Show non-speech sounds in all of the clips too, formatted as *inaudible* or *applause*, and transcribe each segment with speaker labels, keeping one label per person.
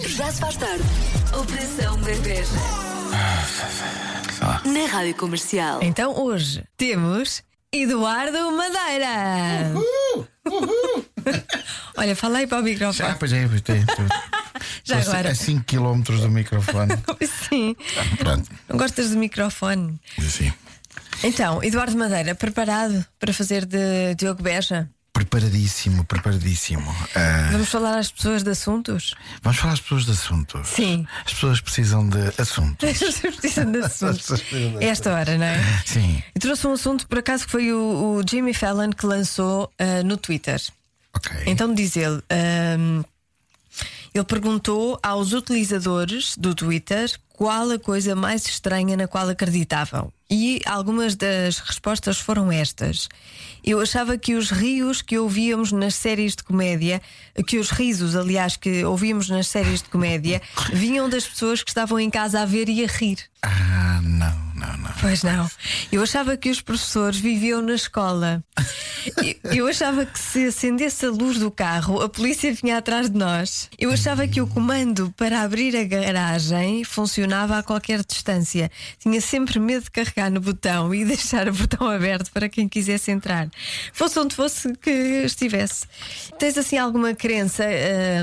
Speaker 1: Já se faz tarde. Operação Gaveja. Na Rádio Comercial.
Speaker 2: Então hoje temos Eduardo Madeira. Olha, falei para o microfone. *laughs*
Speaker 3: Ah, pois é, pois é.
Speaker 2: Já
Speaker 3: Estou
Speaker 2: agora.
Speaker 3: A 5 km do
Speaker 2: *laughs*
Speaker 3: microfone.
Speaker 2: Sim.
Speaker 3: Pronto,
Speaker 2: Não gostas do microfone?
Speaker 3: assim.
Speaker 2: Então, Eduardo Madeira, preparado para fazer de Diogo Beja?
Speaker 3: Preparadíssimo, preparadíssimo. Ah,
Speaker 2: Vamos falar às pessoas de assuntos? *laughs*
Speaker 3: vamos falar às pessoas de assuntos.
Speaker 2: Sim.
Speaker 3: As pessoas precisam de assuntos.
Speaker 2: As pessoas precisam de assuntos. É Esta hora, não é?
Speaker 3: Sim,
Speaker 2: Eu trouxe um assunto, por acaso, que foi o, o Jimmy Fallon que lançou ah, no Twitter.
Speaker 3: ok.
Speaker 2: Então diz ele. hum, ele perguntou aos utilizadores do Twitter qual a coisa mais estranha na qual acreditavam. E algumas das respostas foram estas. Eu achava que os rios que ouvíamos nas séries de comédia, que os risos, aliás, que ouvíamos nas séries de comédia, vinham das pessoas que estavam em casa a ver e a rir.
Speaker 3: Ah, não, não, não.
Speaker 2: Pois não. Eu achava que os professores viviam na escola. Eu, eu achava que se acendesse a luz do carro, a polícia vinha atrás de nós. Eu achava que o comando para abrir a garagem funcionava a qualquer distância. Tinha sempre medo de carregar no botão e *laughs* deixar o botão aberto para quem quisesse entrar. Fosse onde fosse que estivesse. Tens assim alguma crença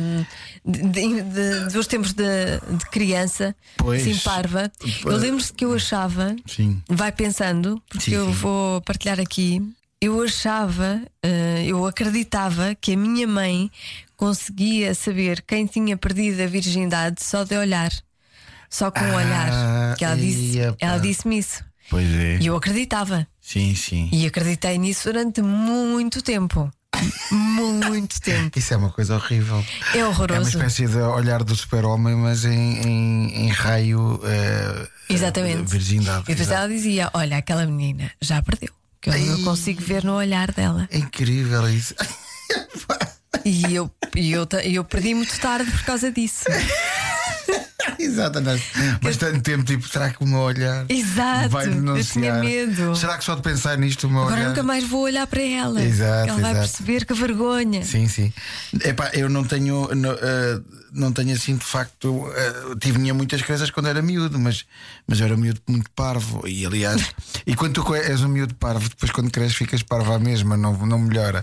Speaker 2: hum, de- de- de- dos tempos de, de criança?
Speaker 3: Pois.
Speaker 2: Sim, parva. Eu
Speaker 3: Pois.
Speaker 2: lembro-se que eu achava
Speaker 3: Sim.
Speaker 2: Vai pensando, porque
Speaker 3: Sim,
Speaker 2: eu
Speaker 3: sim.
Speaker 2: vou partilhar aqui. Eu achava, eh, eu acreditava que a minha mãe conseguia saber quem tinha perdido a virgindade só de olhar. Só com o
Speaker 3: Ah,
Speaker 2: olhar. Que ela disse,
Speaker 3: epa.
Speaker 2: ela disse-me isso.
Speaker 3: Pois é.
Speaker 2: E eu acreditava.
Speaker 3: Sim, sim.
Speaker 2: E acreditei nisso durante muito tempo. *laughs* muito tempo.
Speaker 3: Isso é uma coisa horrível.
Speaker 2: É
Speaker 3: É uma
Speaker 2: horroroso.
Speaker 3: espécie de olhar do super-homem, mas em, em, em raio. eh,
Speaker 2: Exatamente.
Speaker 3: eh, Virgindade.
Speaker 2: E depois
Speaker 3: Exato.
Speaker 2: ela dizia: Olha, aquela menina já perdeu. Que eu, eu
Speaker 3: Ai.
Speaker 2: consigo ver no olhar dela.
Speaker 3: É incrível isso.
Speaker 2: E eu, e eu, ta- e eu perdi muito tarde por causa disso.
Speaker 3: Exato,
Speaker 2: *laughs*
Speaker 3: andaste bastante tempo, tipo, será que o meu olhar
Speaker 2: Exato,
Speaker 3: vai
Speaker 2: eu tinha
Speaker 3: denunciar?
Speaker 2: medo.
Speaker 3: Será que só de pensar nisto o meu
Speaker 2: Agora
Speaker 3: olhar?
Speaker 2: nunca mais vou olhar para ela.
Speaker 3: Exato,
Speaker 2: ela vai
Speaker 3: exato.
Speaker 2: perceber que vergonha.
Speaker 3: Sim, sim. Epá, eu não tenho, não, eh, não tenho assim de facto. eh, tive tinha muitas coisas quando era miúdo, mas, mas eu era um miúdo muito parvo. E
Speaker 2: *laughs*
Speaker 3: aliás, e quando tu co- és um miúdo parvo, depois quando cresces ficas parvo à mesma, não, não melhora.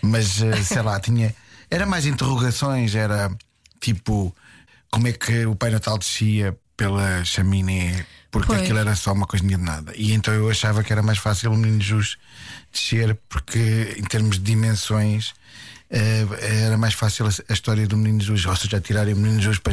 Speaker 3: Mas eh, sei lá, tinha. Era mais interrogações, era tipo como é que o Pai Natal descia pela chaminé, porque
Speaker 2: Pois.
Speaker 3: aquilo era só uma coisinha de nada. E então eu achava que era mais fácil o menino Jus descer, porque em termos de dimensões eh, era mais fácil a, a história do menino Jus, ou seja, tirarem o menino Jus para,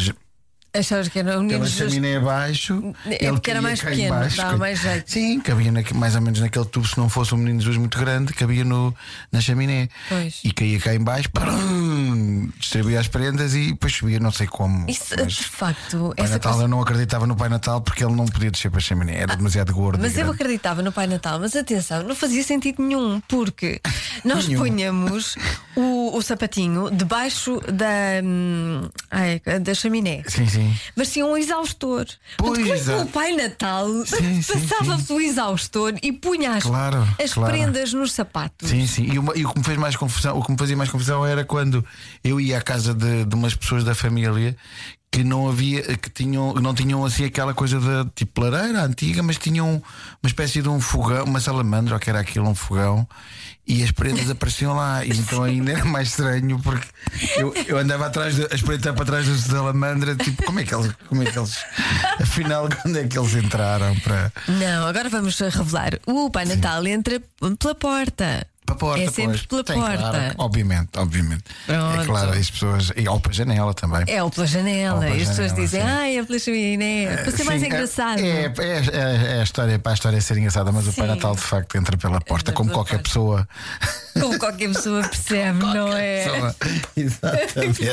Speaker 2: Achavas que era um menino
Speaker 3: pela
Speaker 2: Jesus.
Speaker 3: chaminé abaixo.
Speaker 2: É porque
Speaker 3: ele caía
Speaker 2: era mais
Speaker 3: cá
Speaker 2: pequeno,
Speaker 3: embaixo.
Speaker 2: dava mais jeito.
Speaker 3: Sim, cabia naque- mais ou menos naquele tubo, se não fosse um menino Jesus muito grande, cabia no, na chaminé.
Speaker 2: Pois.
Speaker 3: E caía cá embaixo, brum, distribuía as prendas e depois subia, não sei como.
Speaker 2: Isso,
Speaker 3: mas
Speaker 2: de facto,
Speaker 3: Pai
Speaker 2: essa
Speaker 3: Natal
Speaker 2: coisa. Ah,
Speaker 3: eu não acreditava no Pai Natal porque ele não podia descer para a chaminé, era demasiado gordo.
Speaker 2: Mas
Speaker 3: e
Speaker 2: eu
Speaker 3: grande.
Speaker 2: acreditava no Pai Natal, mas atenção, não fazia sentido nenhum,
Speaker 3: *laughs*
Speaker 2: porque nós
Speaker 3: Nenhum.
Speaker 2: punhamos o, o sapatinho debaixo da, hum, ai, da chaminé.
Speaker 3: Sim, sim.
Speaker 2: Mas tinha um exaustor.
Speaker 3: Pois,
Speaker 2: Portanto, como é que o
Speaker 3: exato.
Speaker 2: Pai Natal
Speaker 3: Sim, sim,
Speaker 2: passava
Speaker 3: sim.
Speaker 2: pelo exaustor e punha as,
Speaker 3: Claro,
Speaker 2: as
Speaker 3: claro.
Speaker 2: prendas nos sapatos?
Speaker 3: Sim, sim. E, uma- e o que me fez mais confusão, o que me fazia mais confusão era quando eu ia à casa de, de umas pessoas da família que não havia, que tinham, não tinham assim aquela coisa da tipo lareira antiga, mas tinham uma espécie de um fogão, uma salamandra, ou que era aquilo, um fogão, e as prendas apareciam lá. E então ainda era mais estranho porque eu, eu andava atrás, de, a espreitar para trás da salamandra, tipo, como é que eles, como é que eles, afinal, quando é que eles entraram para.
Speaker 2: Não, agora vamos eh, revelar. O Pai Natal entra pela porta.
Speaker 3: Para a porta,
Speaker 2: É sempre
Speaker 3: pois.
Speaker 2: pela
Speaker 3: Tem,
Speaker 2: porta.
Speaker 3: claro, obviamente, obviamente.
Speaker 2: Pronto.
Speaker 3: É claro, as pessoas. E ou para a janela também.
Speaker 2: É ou pela janela.
Speaker 3: Ou pela
Speaker 2: e as pessoas
Speaker 3: janela,
Speaker 2: dizem,
Speaker 3: sim.
Speaker 2: ai, é pela chaminé. Para ser
Speaker 3: Sim,
Speaker 2: mais
Speaker 3: é-
Speaker 2: engraçado.
Speaker 3: É, é- é- é a história para a história ser engraçada, mas o Pai
Speaker 2: Sim.
Speaker 3: Natal de facto entra pela porta,
Speaker 2: Entra
Speaker 3: como
Speaker 2: pela
Speaker 3: qualquer
Speaker 2: porta.
Speaker 3: pessoa.
Speaker 2: Como qualquer pessoa percebe, não
Speaker 3: *laughs*
Speaker 2: é? *laughs*
Speaker 3: Pessoa. Exatamente.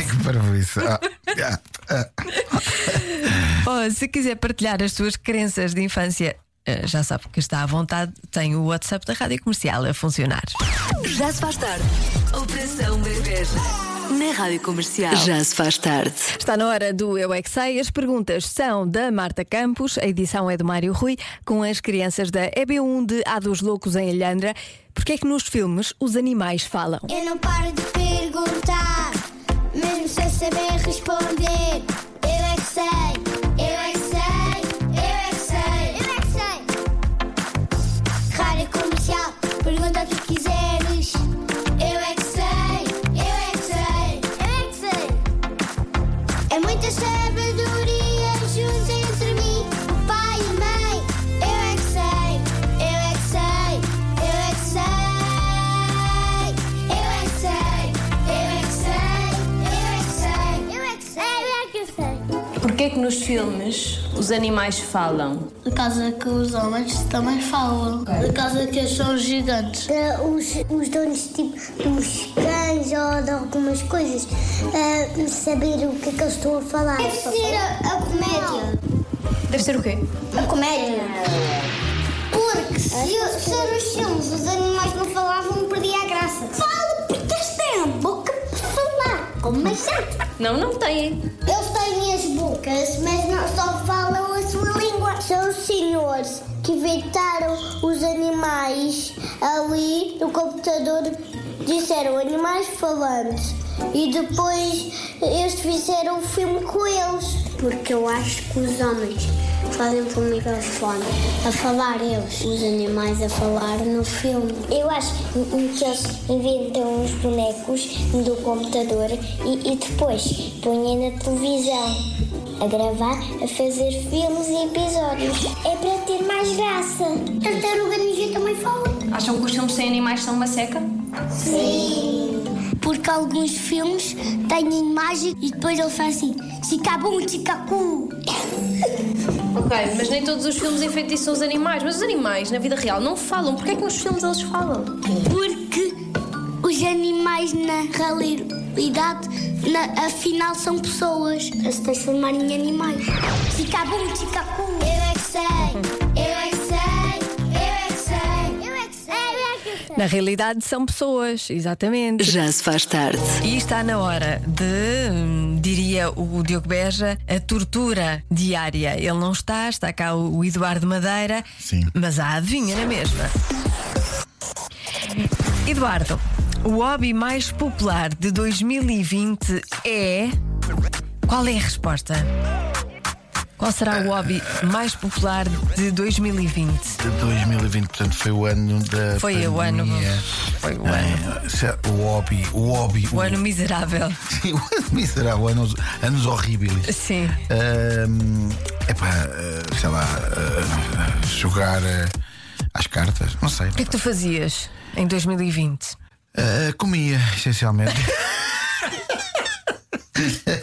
Speaker 3: *laughs* que parvoíce. Ah, ah, ah.
Speaker 2: Oh, se quiser partilhar as suas crenças de infância, eh, já sabe que está à vontade, tem o WhatsApp da Rádio Comercial a funcionar.
Speaker 1: Já se faz tarde. Operação Gaveja. Na Rádio Comercial. Já se faz tarde.
Speaker 2: Está na hora do Eu é que Sei. As perguntas são da Marta Campos, a edição é do Mário Rui, com as crianças da EB1 de A dos Loucos em Alhandra. Porquê é que nos filmes os animais falam?
Speaker 4: Eu não paro de perguntar, mesmo sem saber responder. Eu é que sei, eu é que sei, eu é que sei, eu é que sei. Rádio comercial, pergunta o que quiseres. Eu é que sei, eu é que sei, eu é que sei. É muita sabedoria juntos entre mim, o pai e a mãe. Eu é que sei, eu é que sei, eu é que sei. Eu é que sei, eu é que sei, eu é que sei. Eu é que sei, eu é que sei.
Speaker 5: Porquê que nos filmes os animais falam?
Speaker 4: Por causa que os homens também falam. Por causa que eles são gigantes. os, os donos tipo dos cães ou de algumas coisas saber o que é que eles estão a falar. Deve ser a, a comédia.
Speaker 5: Deve ser o quê?
Speaker 4: A comédia. Porque se, eu- se nos filmes os animais não falavam, perdia a graça. Fala porque eles têm a boca para falar. Como é certo?
Speaker 5: Não, não
Speaker 4: Eles
Speaker 5: têm.
Speaker 4: têm as bocas, mas não só falam a sua língua. São os senhores que inventaram os animais ali no computador. Disseram animais falantes. E depois eles fizeram um filme com eles. Porque eu acho que os homens fazem por microfone a falar eles, os animais a falar no filme. Eu acho que eles inventam os bonecos do computador e, e depois põem na televisão a gravar, a fazer filmes e episódios. É para ter mais graça. Tartaruga Ninja também fala.
Speaker 5: Acham que os filmes sem animais são uma seca?
Speaker 4: Sim. Porque alguns filmes têm imagem e depois ele faz assim: Chicabum, *laughs* chicacu.
Speaker 5: Ok, mas nem todos os filmes enfeitiçam os animais. Mas os animais, na vida real, não falam. Porquê é que nos filmes eles falam?
Speaker 4: Porque os animais na realidade, na- afinal, são pessoas a se transformarem em animais. Fica bom, fica cool. Eu é que sei, eu é que sei, eu é que sei, eu é que sei, eu é que sei.
Speaker 2: Na realidade, são pessoas, exatamente.
Speaker 1: Já se faz tarde.
Speaker 2: E está na hora de, hum, diria o Diogo Beja, a tortura diária. Ele não está, está cá o o Eduardo Madeira,
Speaker 3: Sim.
Speaker 2: mas a adivinha na mesma. Eduardo, o hobby mais popular de 2020 é. Qual é a resposta? Qual será o hobby mais popular de 2020?
Speaker 3: De 2020, portanto, foi o ano da.
Speaker 2: Foi o ano.
Speaker 3: pandemia.
Speaker 2: Foi o ano.
Speaker 3: É, se- o hobby, o hobby, *laughs*
Speaker 2: O ano miserável.
Speaker 3: Sim, o ano miserável, anos, anos horríveis.
Speaker 2: Sim.
Speaker 3: É epá, ah, sei lá, ah, jogar ah, às cartas, não sei.
Speaker 2: O que é que tu fazias em 2020?
Speaker 3: Ah, comia, essencialmente. *laughs*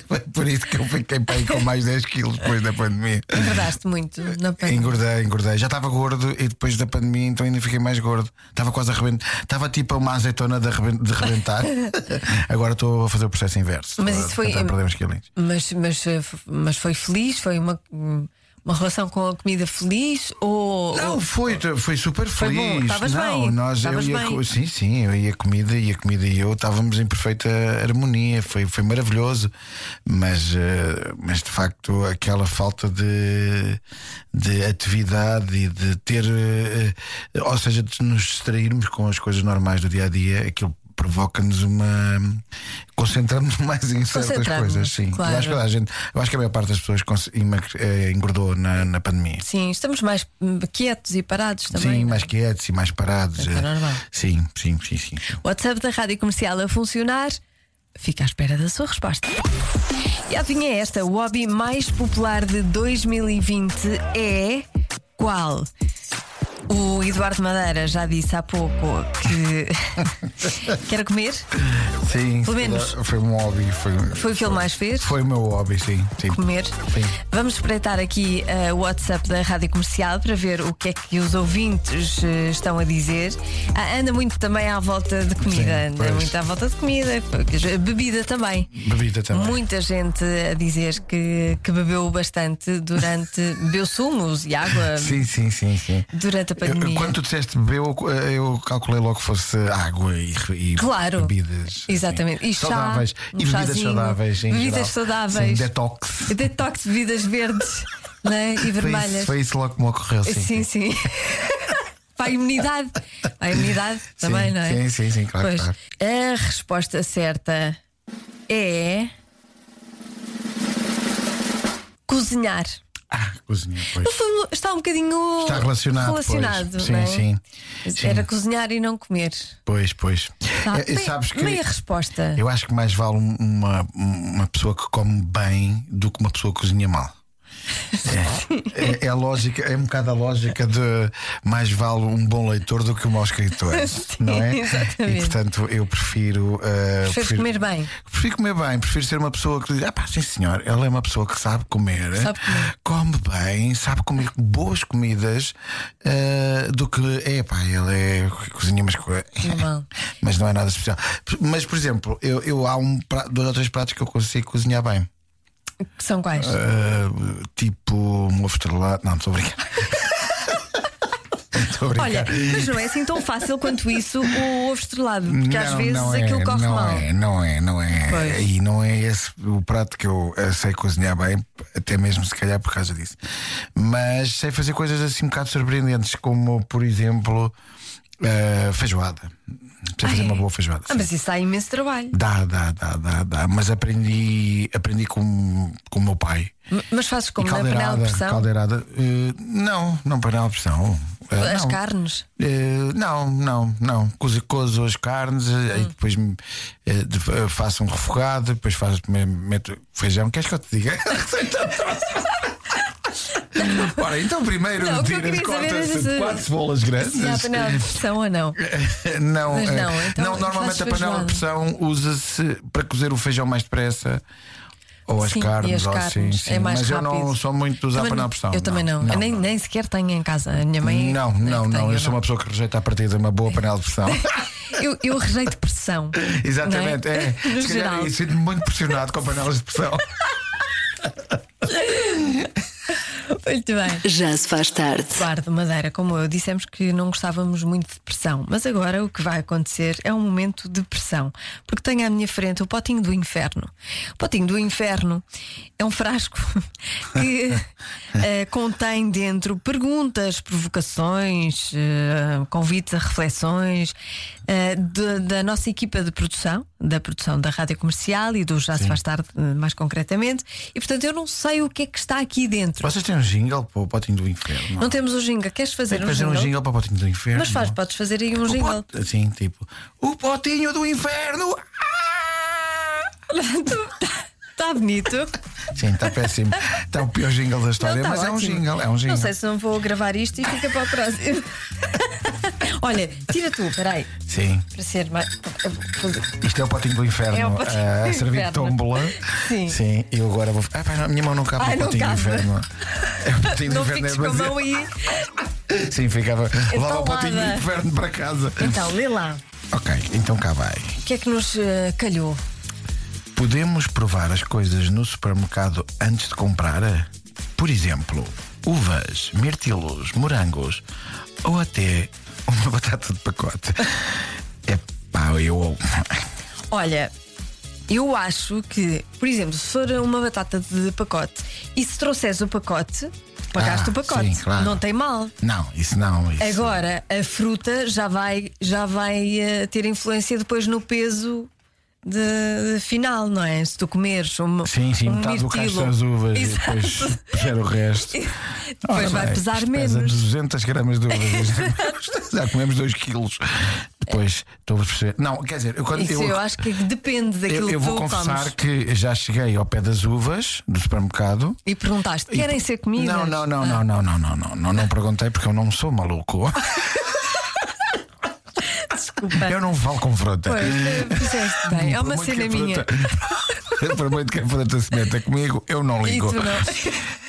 Speaker 3: Foi por isso que eu fiquei para aí com mais 10 quilos depois da pandemia.
Speaker 2: Engordaste muito é? na pan-
Speaker 3: Engordei, engordei. Já estava gordo e depois da pandemia, então ainda fiquei mais gordo. Estava quase a rebentar. Estava tipo a uma azeitona de, arreben- de
Speaker 2: *laughs*
Speaker 3: rebentar. Agora estou a fazer o processo inverso.
Speaker 2: Mas
Speaker 3: Estou a
Speaker 2: isso foi-
Speaker 3: tentar perder uns quilinhos.
Speaker 2: Mas, mas, eh, f- mas foi feliz? Foi uma, uma relação com a comida feliz? Ou.
Speaker 3: Não,
Speaker 2: ou-
Speaker 3: foi, foi super
Speaker 2: Foi bom,
Speaker 3: feliz.
Speaker 2: estavas
Speaker 3: não,
Speaker 2: bem,
Speaker 3: nós eu
Speaker 2: estavas
Speaker 3: e a,
Speaker 2: bem.
Speaker 3: co- sim, sim, eu e a comida e a comida e eu estávamos em perfeita harmonia, foi, foi maravilhoso. Mas, eh, mas de facto aquela falta de, de atividade e de ter, eh, eh, ou seja, de nos distrairmos com as coisas normais do dia a dia, aquilo provoca-nos uma concentramos *laughs* mais em certas
Speaker 2: Concentramos,
Speaker 3: coisas, sim.
Speaker 2: claro.
Speaker 3: Eu acho que toda a gente, eu acho que a maior parte das pessoas conse- emagre- eh, engordou na- na pandemia.
Speaker 2: Sim, estamos mais hum, quietos e parados também.
Speaker 3: Sim,
Speaker 2: não é?
Speaker 3: mais quietos e mais parados.
Speaker 2: É normal.
Speaker 3: Sim, sim, sim, sim. sim.
Speaker 2: WhatsApp da Rádio Comercial a funcionar. Fica à espera da sua resposta. E a vinha é esta: o hobby mais popular de 2020 é qual? O Eduardo Madeira já disse há pouco que
Speaker 3: *laughs*
Speaker 2: quer comer,
Speaker 3: Sim,
Speaker 2: Pelo menos.
Speaker 3: Foi um hobby. Foi,
Speaker 2: foi o que ele mais fez.
Speaker 3: Foi o meu hobby, sim. sim.
Speaker 2: comer.
Speaker 3: Sim.
Speaker 2: Vamos espreitar aqui eh, o WhatsApp da Rádio Comercial para ver o que é que os ouvintes eh, estão a dizer. Ah, anda muito também à volta de comida,
Speaker 3: Sim,
Speaker 2: anda
Speaker 3: pois.
Speaker 2: muito à volta de comida, bebida também.
Speaker 3: Bebida também.
Speaker 2: Muita gente a dizer que, que bebeu bastante durante.
Speaker 3: *laughs*
Speaker 2: bebeu sumos e água
Speaker 3: Sim, sim, sim, sim.
Speaker 2: durante a
Speaker 3: Eu-
Speaker 2: pandemia.
Speaker 3: quando tu disseste bebeu, eu, eu calculei logo que fosse água e, e
Speaker 2: Claro.
Speaker 3: bebidas.
Speaker 2: Exatamente.
Speaker 3: sim.
Speaker 2: E chá,
Speaker 3: saudáveis. e
Speaker 2: um
Speaker 3: bebidas
Speaker 2: chazinho.
Speaker 3: saudáveis. em
Speaker 2: Bebidas
Speaker 3: geral.
Speaker 2: saudáveis.
Speaker 3: Sim, detox.
Speaker 2: Detox de bebidas verdes né? e
Speaker 3: Foi
Speaker 2: vermelhas.
Speaker 3: isso, foi isso logo que me ocorreu. Sim,
Speaker 2: Sim, sim. *laughs* Para a imunidade. Para a imunidade também, não é?
Speaker 3: Sim, sim, sim, claro,
Speaker 2: Pois.
Speaker 3: claro.
Speaker 2: A resposta certa é. cozinhar.
Speaker 3: Ah, cozinha, pois.
Speaker 2: No fundo, está um bocadinho.
Speaker 3: Está relacionado, pois.
Speaker 2: relacionado,
Speaker 3: Sim,
Speaker 2: não é?
Speaker 3: sim, sim.
Speaker 2: Era cozinhar e não comer.
Speaker 3: Pois, pois.
Speaker 2: Tá?
Speaker 3: É,
Speaker 2: Bem,
Speaker 3: sabes que
Speaker 2: Meia resposta.
Speaker 3: eu acho que mais vale uma, uma pessoa que come bem do que uma pessoa que cozinha mal. É, é, é a lógica, é um bocado a lógica de mais vale um bom leitor do que um mau
Speaker 2: *laughs*
Speaker 3: escritor, não é?
Speaker 2: exatamente.
Speaker 3: E portanto eu prefiro, uh,
Speaker 2: Prefiro comer bem.
Speaker 3: Prefiro comer bem, prefiro ser uma pessoa que diz: Ah, pá, sim senhor, ela é uma pessoa que sabe comer,
Speaker 2: Sabe comer.
Speaker 3: come bem, sabe comer boas comidas, eh, do que, é pá, ele é, cozinha umas coisas.
Speaker 2: Normal.
Speaker 3: Mas não é nada especial. Mas, por exemplo, eu, eu há um prato, dois ou três pratos que eu consigo cozinhar bem.
Speaker 2: Que são quais?
Speaker 3: Eh, tipo, um ovo estrelado. Não, estou a brincar. *laughs* Estou a
Speaker 2: Olha,
Speaker 3: brincar.
Speaker 2: mas não é assim tão fácil quanto isso o ovo estrelado, porque às
Speaker 3: Não,
Speaker 2: vezes
Speaker 3: não é,
Speaker 2: aquilo corre
Speaker 3: não
Speaker 2: mal.
Speaker 3: É, não é, não é.
Speaker 2: Pois.
Speaker 3: E não é esse o prato que eu eh, sei cozinhar bem, até mesmo se calhar por causa disso. Mas sei fazer coisas assim um bocado surpreendentes, como por exemplo eh, feijoada. Sei fazer
Speaker 2: Ah, é?
Speaker 3: uma boa feijoada.
Speaker 2: Ah,
Speaker 3: sim.
Speaker 2: mas isso dá imenso trabalho.
Speaker 3: Dá, dá, dá, dá, dá. Mas aprendi, aprendi com, com o meu pai.
Speaker 2: M- Mas fazes
Speaker 3: E
Speaker 2: como na panela
Speaker 3: caldeirada,
Speaker 2: de pressão?
Speaker 3: caldeirada. eh, não, não panela de pressão. Eh,
Speaker 2: As
Speaker 3: não.
Speaker 2: carnes?
Speaker 3: Eh, não, não, não. Cozo, cozo as carnes, eh,
Speaker 2: Hum.
Speaker 3: e depois eh, de- eh, faço um refogado, depois faço, me- meto feijão. Queres que eu te diga? *laughs* a receita próxima? Ora, então primeiro
Speaker 2: Não, o que eu
Speaker 3: tiras
Speaker 2: queria saber
Speaker 3: cortas
Speaker 2: é se-
Speaker 3: quatro cebolas grandes.
Speaker 2: Se há panela
Speaker 3: é-
Speaker 2: de pressão ou não?
Speaker 3: *laughs* Não,
Speaker 2: Mas
Speaker 3: eh,
Speaker 2: não, então
Speaker 3: não, normalmente
Speaker 2: fazes
Speaker 3: a panela de pressão usa-se para cozer o feijão mais depressa. Ou as
Speaker 2: Sim, e
Speaker 3: carnes,
Speaker 2: as
Speaker 3: ou assim,
Speaker 2: carnes,
Speaker 3: sim.
Speaker 2: é mais
Speaker 3: Mas eu não
Speaker 2: rápido.
Speaker 3: sou muito de usar
Speaker 2: Também
Speaker 3: panela
Speaker 2: não-
Speaker 3: de pressão.
Speaker 2: Eu também não. Eu nem, nem sequer tenho em casa. A minha mãe. é-
Speaker 3: Não,
Speaker 2: é que
Speaker 3: não,
Speaker 2: tem,
Speaker 3: não. Eu sou uma pessoa que rejeita a partida uma
Speaker 2: É.
Speaker 3: boa panela de
Speaker 2: *laughs*
Speaker 3: pressão. *laughs*
Speaker 2: Eu, eu rejeito pressão.
Speaker 3: Exatamente,
Speaker 2: não
Speaker 3: é.
Speaker 2: *laughs* No
Speaker 3: Se calhar
Speaker 2: geral.
Speaker 3: eu sinto-me muito pressionado com panelas de
Speaker 2: *laughs*
Speaker 3: pressão.
Speaker 2: Muito bem.
Speaker 1: Já se faz tarde.
Speaker 2: Bar de Madeira, como eu, dissemos que não gostávamos muito de pressão, mas agora o que vai acontecer é um momento de pressão, porque tenho à minha frente o potinho do inferno. O potinho do inferno é um frasco *laughs* que
Speaker 3: *laughs*
Speaker 2: eh, contém dentro perguntas, provocações, eh, convites a reflexões eh, de- da nossa equipa de produção, da produção da rádio comercial e do Já se faz tarde, eh, mais concretamente, e portanto eu não sei o que é que está aqui dentro.
Speaker 3: Vocês têm um jingle para o potinho do inferno?
Speaker 2: Não temos o jingle. Queres fazer,
Speaker 3: Tem que
Speaker 2: um,
Speaker 3: fazer um
Speaker 2: jingle?
Speaker 3: jingle para o potinho do inferno.
Speaker 2: Mas faz, podes fazer aí um
Speaker 3: O
Speaker 2: *laughs* jingle.
Speaker 3: pot- Assim, tipo, o potinho do inferno! Ah!
Speaker 2: Está Tá, bonito.
Speaker 3: Sim, está péssimo. Está o pior jingle da história,
Speaker 2: Não, tá
Speaker 3: mas é um
Speaker 2: ótimo.
Speaker 3: jingle, é um jingle.
Speaker 2: Não sei se não vou gravar isto e fica para o próximo. *laughs* Olha, tira tu, peraí.
Speaker 3: Sim,
Speaker 2: Para ser mais. eu vou fazer-
Speaker 3: isto é o potinho do inferno.
Speaker 2: É o potinho
Speaker 3: ah,
Speaker 2: do
Speaker 3: a servir de
Speaker 2: inferno.
Speaker 3: tómbola.
Speaker 2: Sim.
Speaker 3: Sim, eu agora vou. Ah, pá, não, a minha mão não cabe
Speaker 2: Ai,
Speaker 3: no
Speaker 2: não
Speaker 3: potinho do
Speaker 2: cabe.
Speaker 3: inferno. É o potinho
Speaker 2: Não
Speaker 3: do inferno,
Speaker 2: fiques
Speaker 3: é
Speaker 2: com a
Speaker 3: demasiado-
Speaker 2: mão aí.
Speaker 3: Sim, ficava. Lava o
Speaker 2: Entalada.
Speaker 3: potinho do inferno para casa.
Speaker 2: Então, lê lá.
Speaker 3: Ok, então cá vai.
Speaker 2: O que é que nos eh, calhou?
Speaker 3: Podemos provar as coisas no supermercado antes de comprar? Por exemplo, uvas, mirtilos, morangos ou até uma *laughs* batata de pacote. É pá, eu. *laughs*
Speaker 2: Olha, eu acho que, por exemplo, se for uma batata de pacote e se trouxeres o pacote, pagaste
Speaker 3: Ah,
Speaker 2: o pacote.
Speaker 3: sim, claro.
Speaker 2: Não tem mal.
Speaker 3: Não, isso não.
Speaker 2: É
Speaker 3: Isso.
Speaker 2: Agora, a fruta já vai, já vai eh, ter influência depois no peso de, de final, não é? Se tu comeres um,
Speaker 3: Sim, sim,
Speaker 2: um
Speaker 3: metade do cacho
Speaker 2: mirtilo.
Speaker 3: das uvas e
Speaker 2: Exato.
Speaker 3: depois puser o
Speaker 2: *laughs*
Speaker 3: resto.
Speaker 2: Depois vai
Speaker 3: bem,
Speaker 2: pesar
Speaker 3: isto Pesa
Speaker 2: menos.
Speaker 3: 200 gramas de
Speaker 2: *laughs*
Speaker 3: uvas. *laughs* Já comemos 2 quilos. Depois estou a perceber. Não, quer dizer, eu quando
Speaker 2: Isso eu, acho que depende daquilo
Speaker 3: Eu, eu
Speaker 2: que
Speaker 3: vou
Speaker 2: tu
Speaker 3: confessar
Speaker 2: comes.
Speaker 3: que já cheguei ao pé das uvas do supermercado.
Speaker 2: E perguntaste,
Speaker 3: e-
Speaker 2: querem ser comidas?
Speaker 3: Não, não, não, não, não, não, não, não, não, não perguntei porque eu não sou maluco.
Speaker 2: *laughs* Desculpa.
Speaker 3: Eu não falo com fruta.
Speaker 2: *laughs* Pois, eh, fizeste bem. É
Speaker 3: Por
Speaker 2: uma
Speaker 3: muito
Speaker 2: cena
Speaker 3: que a
Speaker 2: minha.
Speaker 3: fruta- *laughs* Por muito que a fruta se meta comigo, eu não
Speaker 2: E
Speaker 3: ligo.
Speaker 2: tu
Speaker 3: *laughs*
Speaker 2: não.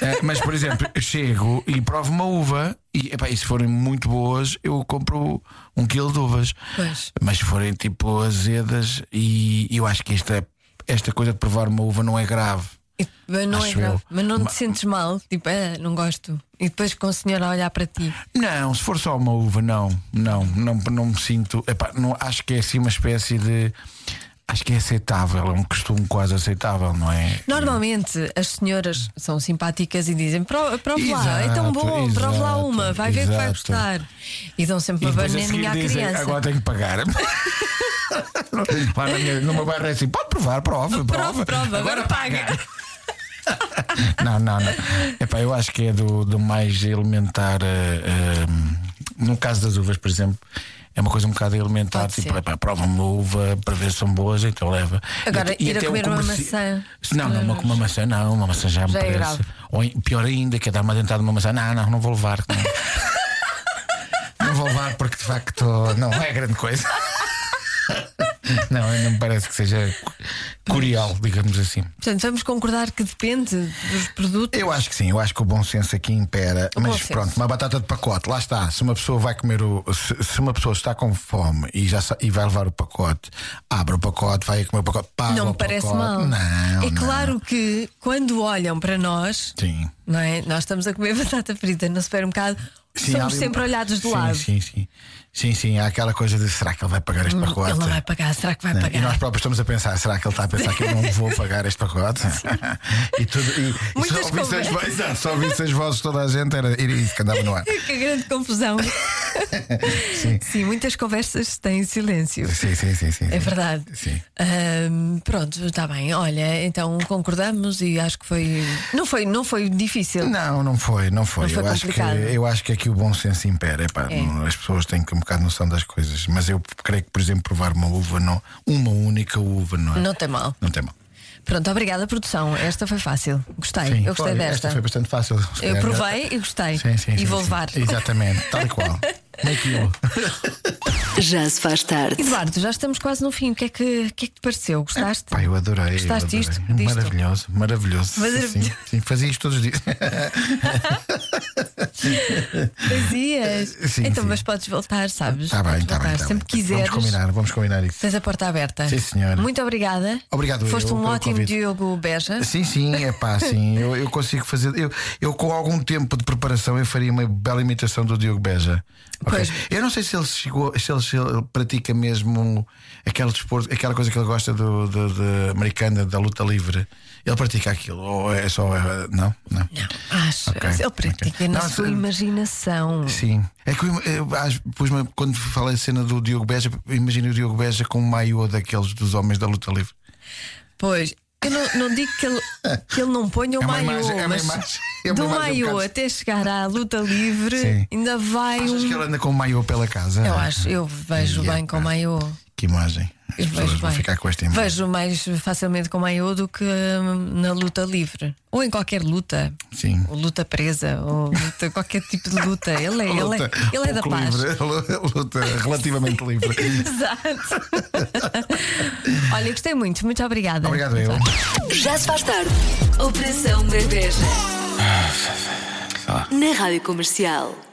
Speaker 3: Eh, Mas, por exemplo, eu chego e provo uma uva e, epá, e se forem muito boas, eu compro um quilo de uvas.
Speaker 2: Pois.
Speaker 3: Mas se forem tipo azedas, e eu acho que esta, esta coisa de provar uma uva não é grave.
Speaker 2: E- Mas não, é
Speaker 3: Acho
Speaker 2: grave.
Speaker 3: eu.
Speaker 2: mas não te sentes mal, tipo, ah, não gosto. E depois com a senhora a olhar para ti.
Speaker 3: Não, se for só uma uva, não, não, não, não me sinto. epá, não, acho que é assim uma espécie de. Acho que é aceitável, é um costume quase aceitável, não é?
Speaker 2: Normalmente as senhoras são simpáticas e dizem: "Pro- prove lá, é tão
Speaker 3: Exato,
Speaker 2: bom, prove lá
Speaker 3: exato,
Speaker 2: uma, vai ver que vai
Speaker 3: exato.
Speaker 2: gostar. E dão sempre
Speaker 3: E
Speaker 2: uma
Speaker 3: depois a seguir
Speaker 2: bananinha à
Speaker 3: dizem,
Speaker 2: criança.
Speaker 3: agora tenho que pagar. Lá na minha, numa barra é assim, pode provar, prova, prova.
Speaker 2: Prova, prova, agora paga.
Speaker 3: *laughs* Não, não, não. Epá, eu acho que é do, do mais elementar. eh, eh, no caso das uvas, por exemplo, é uma coisa um bocado elementar.
Speaker 2: Pode
Speaker 3: tipo,
Speaker 2: ser.
Speaker 3: epá, prova uma uva para ver se são boas, então leva.
Speaker 2: Agora,
Speaker 3: E- e
Speaker 2: ir a
Speaker 3: até o
Speaker 2: comer uma
Speaker 3: comerci-
Speaker 2: maçã.
Speaker 3: Não, não, uma, uma maçã não, uma maçã já, me
Speaker 2: Já é
Speaker 3: parece.
Speaker 2: grave.
Speaker 3: Ou em- pior ainda, que é dar uma dentada numa maçã. Não, não, não vou levar.
Speaker 2: *laughs*
Speaker 3: Não, não vou levar porque de facto não é grande coisa. *laughs* Não, não me parece que seja curial, digamos assim.
Speaker 2: Portanto, vamos concordar que depende dos produtos.
Speaker 3: Eu acho que sim, eu acho que o bom senso aqui impera.
Speaker 2: O bom
Speaker 3: mas
Speaker 2: senso.
Speaker 3: pronto, uma batata de pacote, lá está. Se uma pessoa vai comer o. Se, se uma pessoa está com fome e, já, sa- e vai levar o pacote, abre o pacote, vai comer o pacote, paga
Speaker 2: Não
Speaker 3: o
Speaker 2: me parece
Speaker 3: pacote.
Speaker 2: mal.
Speaker 3: Não.
Speaker 2: é
Speaker 3: não.
Speaker 2: claro que quando olham para nós,
Speaker 3: Sim.
Speaker 2: não é? Nós estamos a comer *laughs* batata frita no supermercado,
Speaker 3: Sim, há
Speaker 2: somos
Speaker 3: ali um-
Speaker 2: sempre olhados de
Speaker 3: sim,
Speaker 2: lado.
Speaker 3: Sim, sim. Sim, sim, há aquela coisa de será que ele vai pagar este pacote?
Speaker 2: Hum, Ele não vai pagar, será que vai
Speaker 3: Não,
Speaker 2: pagar?
Speaker 3: E nós próprios estamos a pensar, será que ele está a pensar que eu não vou pagar este
Speaker 2: *laughs*
Speaker 3: pacote? *laughs* e tudo, e, e só
Speaker 2: Muitas
Speaker 3: ouvisse as
Speaker 2: conversas.
Speaker 3: vozes, não, só ouvisse as vozes de toda a gente, era era isso que andava no ar.
Speaker 2: *laughs* Que grande
Speaker 3: *laughs*
Speaker 2: confusão. Sim. muitas conversas têm silêncio.
Speaker 3: Sim, sim, sim, sim.
Speaker 2: É verdade.
Speaker 3: Sim.
Speaker 2: Ahm, pronto, está bem. Olha, então concordamos e acho que foi. Não foi, não foi difícil.
Speaker 3: Não, não foi, não foi.
Speaker 2: Não foi
Speaker 3: eu, acho que,
Speaker 2: complicado. É.
Speaker 3: eu acho que aqui o bom senso impera. Epá, não- as pessoas têm que um bocado noção das coisas. Mas eu creio que, por exemplo, provar uma uva, não, uma única uva, não é?
Speaker 2: Não tem mal.
Speaker 3: Não tem mal.
Speaker 2: Pronto, obrigada, produção. Esta foi fácil. Gostei.
Speaker 3: Sim,
Speaker 2: eu gostei
Speaker 3: foi.
Speaker 2: desta.
Speaker 3: Esta foi bastante fácil. se
Speaker 2: Eu
Speaker 3: calhar.
Speaker 2: provei e gostei.
Speaker 3: é? Sim, sim,
Speaker 2: e
Speaker 3: sim,
Speaker 2: vou
Speaker 3: sim.
Speaker 2: levar.
Speaker 3: Exatamente, tal e qual. Nem aquilo.
Speaker 1: Já se faz tarde.
Speaker 2: *laughs* Eduardo, já estamos quase no fim. O que é que, o que, é que te pareceu? Gostaste?
Speaker 3: Pá, eu adorei. eu
Speaker 2: Gostaste
Speaker 3: adorei.
Speaker 2: disto? Disto?
Speaker 3: Maravilhoso, maravilhoso.
Speaker 2: Maravilhoso.
Speaker 3: Sim, sim, fazia isto todos os dias. *laughs* Tá
Speaker 2: Fazias?
Speaker 3: Eh, Sim,
Speaker 2: então,
Speaker 3: sim.
Speaker 2: mas podes voltar, sabes?
Speaker 3: Está bem,
Speaker 2: Podes
Speaker 3: está
Speaker 2: voltar.
Speaker 3: bem. tá bem.
Speaker 2: Sempre quiseres.
Speaker 3: Vamos combinar, vamos combinar isso.
Speaker 2: Tens a porta aberta.
Speaker 3: Sim, senhora.
Speaker 2: Muito obrigada.
Speaker 3: Obrigado, eu,
Speaker 2: Foste um
Speaker 3: pelo
Speaker 2: ótimo
Speaker 3: convite.
Speaker 2: Diogo Beja.
Speaker 3: Sim, sim, é pá, sim. Eu, eu consigo fazer. Eu, eu, com algum tempo de preparação, eu faria uma bela imitação do Diogo Beja. Ok.
Speaker 2: Pois.
Speaker 3: Eu não sei se ele chegou, se ele, se ele pratica mesmo aquele desporto, aquela coisa que ele gosta do, do- de americana, da luta livre. Ele pratica aquilo, ou é só. é, não? Não.
Speaker 2: Acho.
Speaker 3: Ok,
Speaker 2: Ele pratica
Speaker 3: ok.
Speaker 2: na
Speaker 3: Não,
Speaker 2: sua
Speaker 3: se-
Speaker 2: imaginação.
Speaker 3: Sim. É que eu, eu acho- pus-me- quando falei a cena do Diogo Beja, imagino o Diogo Beja com um maiô daqueles dos homens da luta livre.
Speaker 2: Pois. Eu não, não digo que ele, que ele não ponha o
Speaker 3: É uma
Speaker 2: maiô,
Speaker 3: imagem- é uma
Speaker 2: mas
Speaker 3: imagem- é uma imagem
Speaker 2: do
Speaker 3: um
Speaker 2: maiô
Speaker 3: bocado-
Speaker 2: até chegar à luta livre,
Speaker 3: Sim.
Speaker 2: ainda vai
Speaker 3: Achas
Speaker 2: um.
Speaker 3: que ele anda com um maiô pela casa?
Speaker 2: Eu acho, eu vejo
Speaker 3: Yeah,
Speaker 2: bem com
Speaker 3: pá.
Speaker 2: o maiô.
Speaker 3: Que imagem. As
Speaker 2: Eu
Speaker 3: pessoas
Speaker 2: vejo
Speaker 3: vão
Speaker 2: bem.
Speaker 3: ficar com esta imagem.
Speaker 2: Vejo mais facilmente com o maiô do que hum, na luta livre. Ou em qualquer luta.
Speaker 3: Sim.
Speaker 2: Ou luta presa, ou luta, *laughs* qualquer tipo de luta. Ele é, ele
Speaker 3: Luta
Speaker 2: é, ele é da
Speaker 3: pouco
Speaker 2: paz. *laughs*
Speaker 3: livre, luta relativamente livre.
Speaker 2: Exato.
Speaker 3: *laughs*
Speaker 2: Olha, gostei muito, muito obrigada.
Speaker 3: Obrigado, eu.
Speaker 1: Já se faz tarde. Operação Bebeja. Na Rádio Comercial.